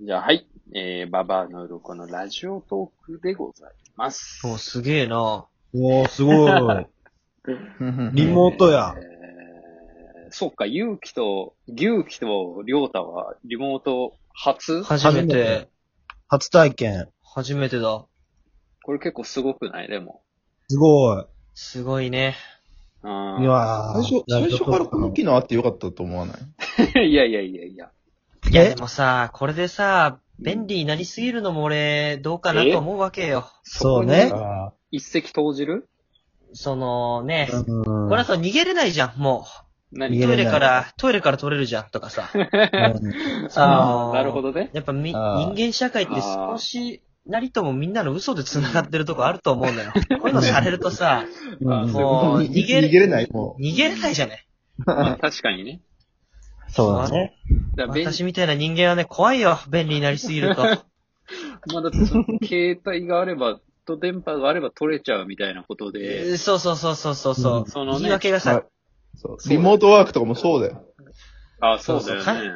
じゃあ、はい。えー、ババアの鱗のラジオトークでございます。お、すげえな。おー、すごい。リモートやえ。ー、そっか、ゆうきと、ぎゅうきとりょうたはリモート初初め初てめて、初体験。初めてだ。これ結構すごくないでも。すごい。すごいね。うんいやー最初、最初からこの機能あってよかったと思わな いいやいやいやいや。いやえでもさ、これでさ、便利になりすぎるのも俺、どうかなと思うわけよ。そうねそ。こあに一石投じるそのね、ーうんこれだと逃げれないじゃん、もう。何逃げトイれないレから、トイレから取れるじゃん、とか さ。ああ、なるほど ね。やっぱみ、人あー間社会って少しなりともみんなの嘘で繋がってるとこあると思うのよ。 こういうのされるとさ、うんあーそうもう、逃逃げげ逃れ、げれない、も逃げれないじゃね。まあ確かにね。そうだね。だから便私みたいな人間はね、怖いよ。便利になりすぎると。まあだってその携帯があれば、と電波があれば取れちゃうみたいなことで、そうそうそうそうそうそうう。んそのね言い訳がさ、はいそう。リモートワークとかもそうだよ。あそうだよそうそね。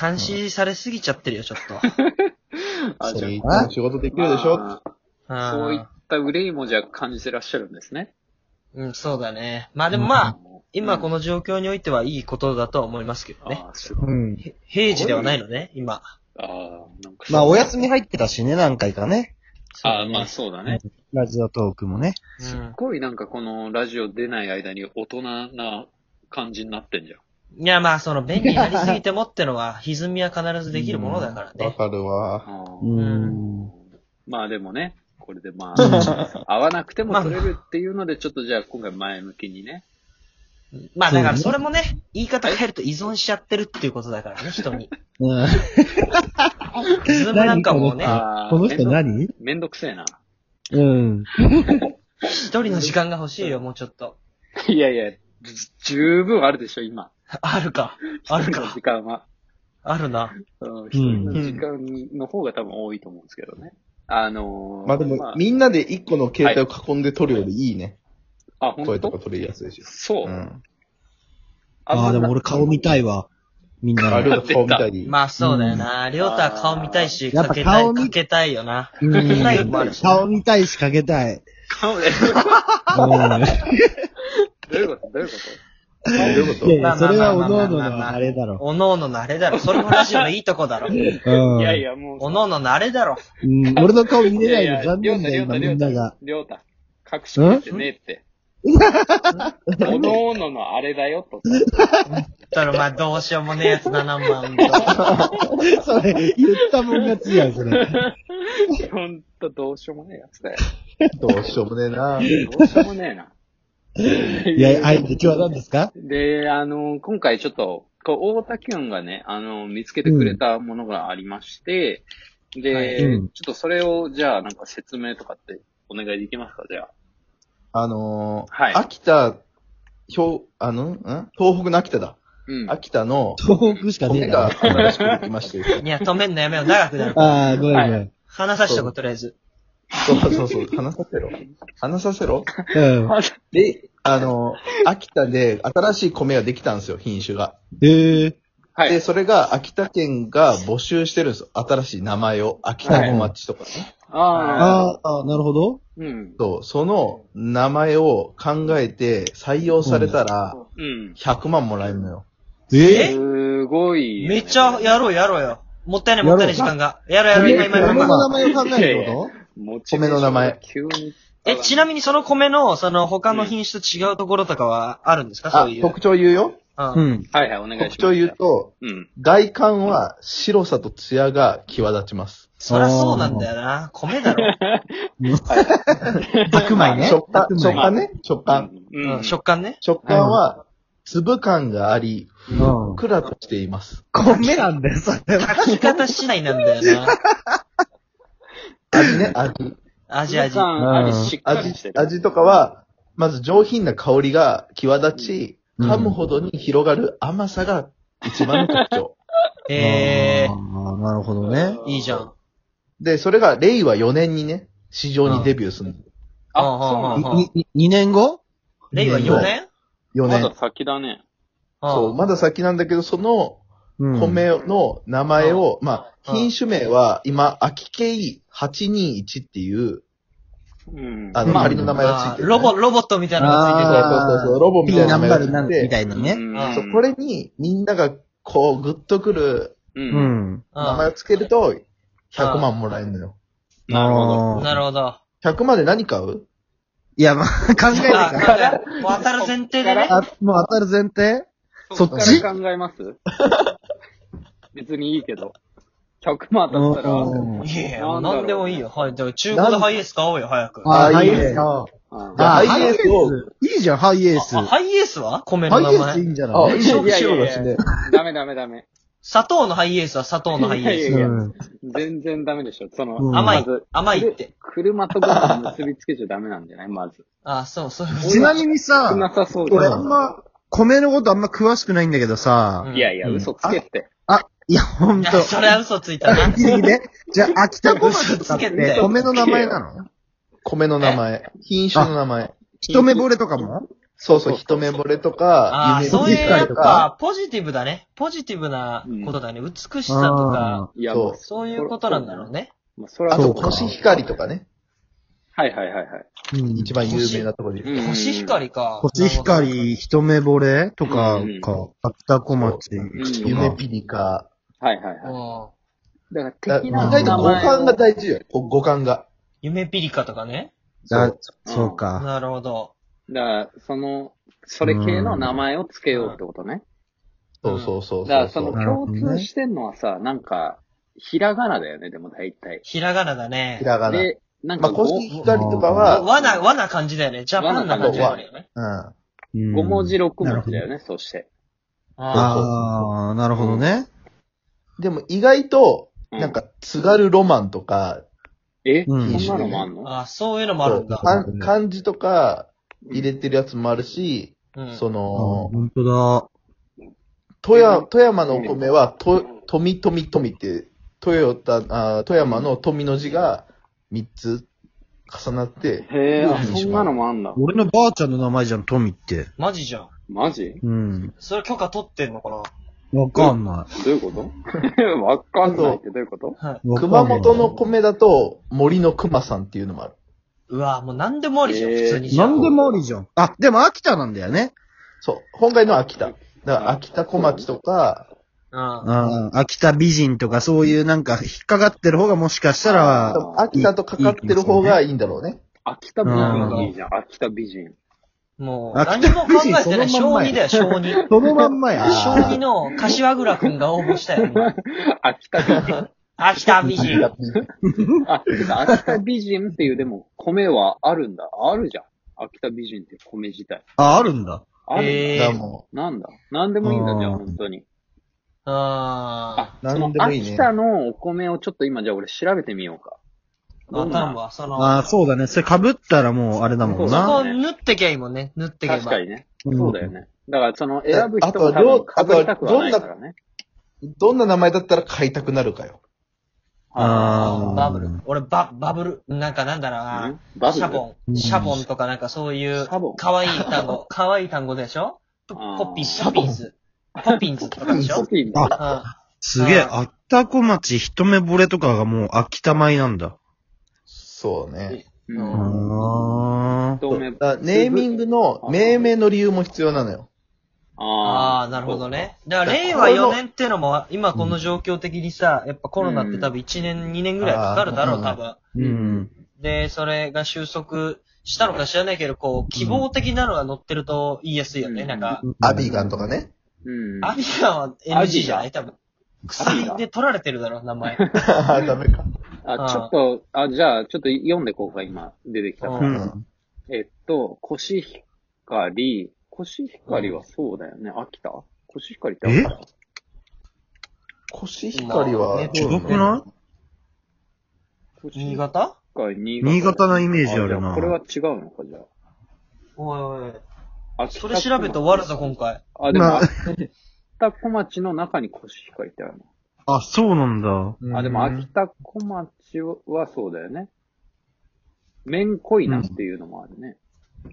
監視されすぎちゃってるよ、ちょっと。あじゃそうあいつも仕事できるでしょ、まああーそういった憂いもじゃあ感じてらっしゃるんですね。うん、そうだね。まあでもまあ、今この、の状況においてはいいことだとは思いますけどね。あーすごい。うん。へ平時ではないのね、今。あーなんかまあ、お休み入ってたしね、何回かね。あーまあそうだね。ラジオトークもね。うすっごいなんかこのラジオ出ない間に大人な感じになってんじゃん。ん。いやまあ、その便利になりすぎてもってのは、歪みは必ずできるものだからわね。かるわ。あーんまあでもね、これでまあ、合わなくてもまあ取れるっていうので、ちょっとじゃあ今回前向きにね。まあだからそそうれもね、言い方変えると依存しちゃってるっていうことだからね、人に。うん。ズームなんかもね、あーこの人何めんどくせえな。 うん。一人の時間が欲しいよ、もうちょっと。いやいや、じ十分あるでしょ、今。あるか。あ一る人のか時。間は。あるな。うん一人の時間の方が多分多いと思うんですけどね。あのー、まあでも、みんなで一個の携帯を囲んで撮るよりいいね。あ、本声とか当撮りやすいし。そうう。ん。ああ、でも俺顔見たいわ。みんなあの。る顔見たり。まあそうだよな。りょうたは顔見たいし、やっかぱけたい、顔見かけたいよな。うかけたいもあるんし。顔見たいしかけたい。顔でうんどういうことど ういうこそういうこといやいや、それはおのおののあれだろ。おのおののあれだろ。それもラジオのいいとこだろ。 うん。といやいや、もう。おのおののあれだろ。うん、俺の顔見れないいやのいや残念だよ、りょう今たみんなが。りょうた、隠しきってねえって。おのおののあれだよ、と。それまあどうしようもねえやつだな、まあほんと。 それ、言ったもん勝ちやん、それ。ほんと、どうしようもねえやつだよ。どうしようもねえな。どうしようもねえな。 いや、はい、で今日は何ですかで、あの、今回ちょっと、こう、大田キュンがね、あの、見つけてくれたものがありまして、で、はいうんちょっとそれを、じゃあ、なんか説明とかってお願いできますか、じゃあ。あのーはい秋田、ひあの、ん東北の秋田だ。うん。秋田の、東北しかねえ骨なが。新しくできまして。いや、止めんのやめよう。長くなる。 ああ、ごめんごめん。話さしとこう、とりあえず。そうそうそう、話させろ。話させろ。うん。で、あの、秋田で新しい米ができたんですよ、品種が。ええはで、い。それが秋田県が募集してるんですよ。新しい名前を。秋田小町とかね。ああ、あーあー、なるほど。うん。そう、その名前を考えて採用されたら、うん。 100万もらえるのよ。ええすごいよね、めっちゃやろう、やろうよ。もったいない、もったいない時間が。やろう、やろう、今、今、米今今。の名前を考えるってこモチベーションが急に。え、ちなみにその米の、その他の品種と違うところとかはあるんですかそあうい、う。特徴言うよ。うんとうん。はいはい、お願いしま特す。徴言うと、うん。外観は白さと艶が際立ちます。そりゃそうなんだよな。米だろ。白米ね。食感、白食米。感ね。食感。うん。うん食感ね。食感は、粒感があり、うんふっくらとしています。米なんだよ、それは。炊き方次第なんだよな。味ね、味。味味。あれしっかりして味る。、味とかは、まず上品な香りが際立ち、うん噛むほどに広がる甘さが一番の特徴。ええああ、なるほどね。ー、いいじゃん。で、それが令和4年にね、市場にデビューするの。あ、そうなんだ。うんに、に、2年後令和4年4まだ年。先だね。そう、まだ先なんだけど、そのうん。米の名前を、まあ、品種名は、今、秋系821っていう、うん。あの、まあ仮の名前がついあてーるね、ロボ、ロボットみたいなのがあそうそうそうそう、ロボみ P たいナなン名バ前ルがなんつみいて、たいなね。うんそう、これにみんながこう、グッとくるう。うんん。つ名い前てをつけると、100万もらえるのよ。なるほど。る。うん。なるほど。ほど。 100万で何買ういや、まあ、 考えてあた。もう当たる前提でね。あ、もう当たる前提そっちこから考えます別にいいけど。100万当たったら、うんいやいや、なもんだろうう何でもいいよ。はい。じゃあ中古でハイエース買おうよ、早く。あ、ハハイイエエーーススか。うんじゃああハイエースをいいじゃん、ハイエース。あハハイエースは米のイ名エースいい前。んじゃなあ、いいいよ、いいよ、しね。ダメダメダメ。砂糖のハイエースは砂糖のハイエいやーいやうん全然ダメでしょ。その、うん甘いまず、ス。甘いって。車とご飯結びつけちゃダメなんじゃないまず。あ、そう、そういうこちなみにさ少、なさそうじ俺ゃあんん。ま、米のことあんま詳しくないんだけどさ、と。いやいや、うん嘘つけって。あ、いや、ほんいと。やそれは嘘ついた な。次ね。じゃあ、秋田小町とか嘘っつけてて米の名前なの米の名前。品種の名前。一目惚れとかもそうそう、一目惚れとか、ああ、夢そう見いるう機や会っとか、ぱ、ポジティブだね。ポジティブなことだね。美しさとか、いや、そうもうそういうことなんだろう。ね。まあ、それはあそと、うか。コシヒカリとかね。はいはいはいはい。うん一番有名なところで言う。うんコシヒカ。リか。コシヒカリ、一目惚れとかうんか、秋田小町うんと夢か。ピリカ。はいはいはい。うん。だから、だ的意な外と名五前感がを。大事よ。こ五感が。夢ピリカとかね。だうんそうか。なるほど。だから、その、それ系の名前をつけようってことね。そうそうそうそう。だから、そのなるほ共どね通してんのはさ、なんか、ひらがなだよね、でも大体。ひらがなだねひ。らがな。で、なんまかあ、ご、コシヒカリとかは、わな、わな感じだよね。ジャパンな感じだよね。うん。うん5文字6文字だよね、そして。あああ、なるほどね。でも意外と、うなん、か、津軽ロマンとか、え、うんそんなのもあんのあ、そういうのもあそるうんだ。あかん漢字とか入れてるやつもあるし、うん。そあの、本当富山、富山のお米は、と、富、富、富って、トヨタ、あ富山の富の字が3つ重なって、へえ、あうんそんなのもあんだだ。。俺のばあちゃんの名前じゃん、トミって。マジじゃん。マジうん。それ許可取ってんのかなわかんない。どういうこと わかんないってどういうことわかんない熊本の。米だと、森の熊さんっていうのもある。うわもう何でもありじゃん、普通にじゃなんん。でもありじゃん。あ、でも秋田なんだよね。そう。本来の秋田。だから、秋田小町とか、うん。ああ、秋田美人とかそういうなんか引っかかってる方がもしかしたら多、分秋田とかかってる方がいいんだろうね。秋田美人いいじゃん、秋田美人。 もう、あ何も考えてない。その小まんまや2だよ、小2。 そのまんまや。あ小ー2の柏倉くんが応募したよ、今秋田美人。秋田美人。 あ、秋田美人っていう、でも、米はあるんだ。あるじゃん。秋田美人って米自体。あ、あるんだ。あるんだ。えーだからもなんだなんでもいいんだ、じゃあ、うん本当に。ああ、なそのんでもいいね秋田のお米をちょっと今、じゃあ俺調べてみようか。ーあ、頼むわ、その、ああ、そうだね。それ被ったらもうあれだもんそこな。を縫ってけばいいもんね。縫ってけば。確かにね。うんそうだよね。だから、その、選ぶ人も多あと分被りたくはないからね。うどんな名前だったら買いたくなるかよ。ああーバブル。俺、バ、バブル。なんかなんだろううんな。バブルシャボうン。んシャボンとかなんかそういうシャボン、かわいい単語。かわいい単語でしょポあーポッピン、ポッピンズ。ポッピンズとかでしょコピーあうんすげえ、ああったこ町一目惚れとかがもう秋田米なんだ。そうね。うあうんあー。透明だからネーミングの、命名の理由も必要なのよ。ああああ、なるほど。ね。だから、だから令和4年ってのも、今この状況的にさ、やっぱコロナって多分1年、2年ぐらいかかるだろうう、ん多分。うん。で、それが収束したのか知らないけど、こう、希望的なのが乗ってると言いやすいよね、うんなんか。アビガンとかね。うん。アビガンはアビガ NG ンじゃない多分。アビガ鎖ンで取られてるだろ、名前。あ ダメか。あ、ちょっと、あ、じゃあ、ちょっと読んでこうか、今、出てきたかうら。ん。えっと、コシヒカリ、コシヒカリはそうだよね、秋田コシヒカリって秋田コシヒカリまあはね、違くないコシ新ヒカ潟リ、新新潟のイメージあじるゃな。これは違うのか、じゃおいおい。あ。秋田それ調べて終わるぞ、今回。あ、でも、まあ秋田小町の中にコシヒカリってあるあ、そうなんだ。の。あ、でも、秋田小町はそうだよね。麺恋なんていうのもあるね。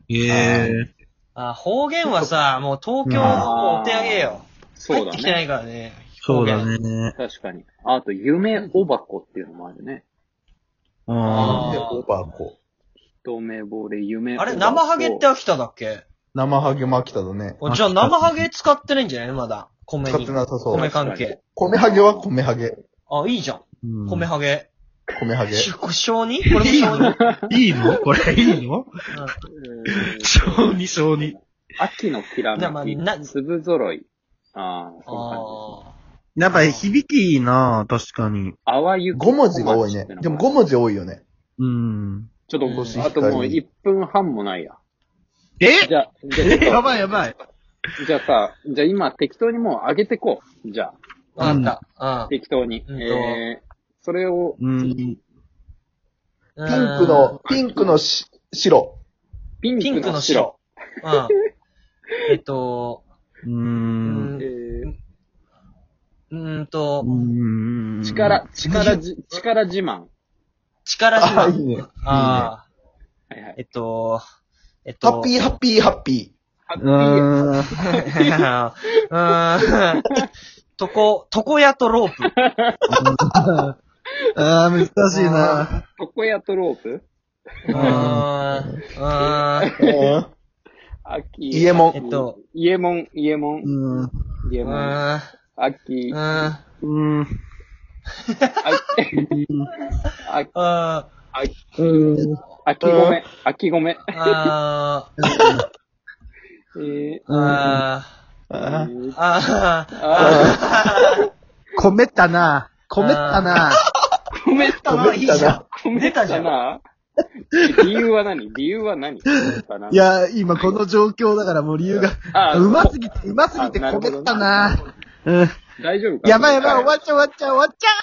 ええ。 あ、方言はさ、もう東京をお手上げよ。そう入っだてきてね。ないからね。そうだね。確かに。ああと、夢おばこっていうのもあるね。あーで、オーバーコ。一目惚れ、夢おばあこ。れ、生ハゲって秋田だっけ生ハゲも飽きただね。おじゃあ生ハゲ使ってないんじゃないまだ。米使っにて。なさそう米。関係。米ハゲは米ハゲ。あ、いいじゃん。ー米ハゲ。米ハゲ。しこ小にこれも小 に、いいのこれい いのうん 小に小に。秋のきらなまあめなき、粒揃い。ああ、そういう感じですね。あやっぱ響きいいな確かに。淡雪5文字が多いね。でも5ち文字多いよね。うん。ょ文っ字と、あともう1分半もないや。えじゃあ、じゃあ え、 やばいやばい。じゃあさ、じゃあ今適当にもう上げてこう。じゃあ。わかった。あ、適当に。うんえー、それを、うん。うん。ピンクの、ピンクのし白。ピうん、ピンンククのの白。白。うん。えっと、う。うんん、えーうーんと、うん。力、力じ、力自慢。力自あ、いい慢。ね。ああ、はいはい。えっと、えっと、ハッピーハッピーハッピハッピうーん。ー。うーん。とこ、床屋とロープ。ああ、難しいな。床屋とロープうーん。うーん。ー。うん秋。イエモえン。っと、イエモン、イエモンう、ん。イエうモン。ーん。秋う、ーん。うん。秋、秋あうん。秋米、秋米。ーあー、えー、ああーー、あー、あ米ったな。米ったな。、ー、米った米な、ったな。米ったな。理由は何理由は何米ったないや、今この状況だからもう理由が、あうますぎて、うますぎてあなる米ほどったな。うん。大丈夫かやばいやばい、終わい。っちゃう終わっちゃう終わっちゃう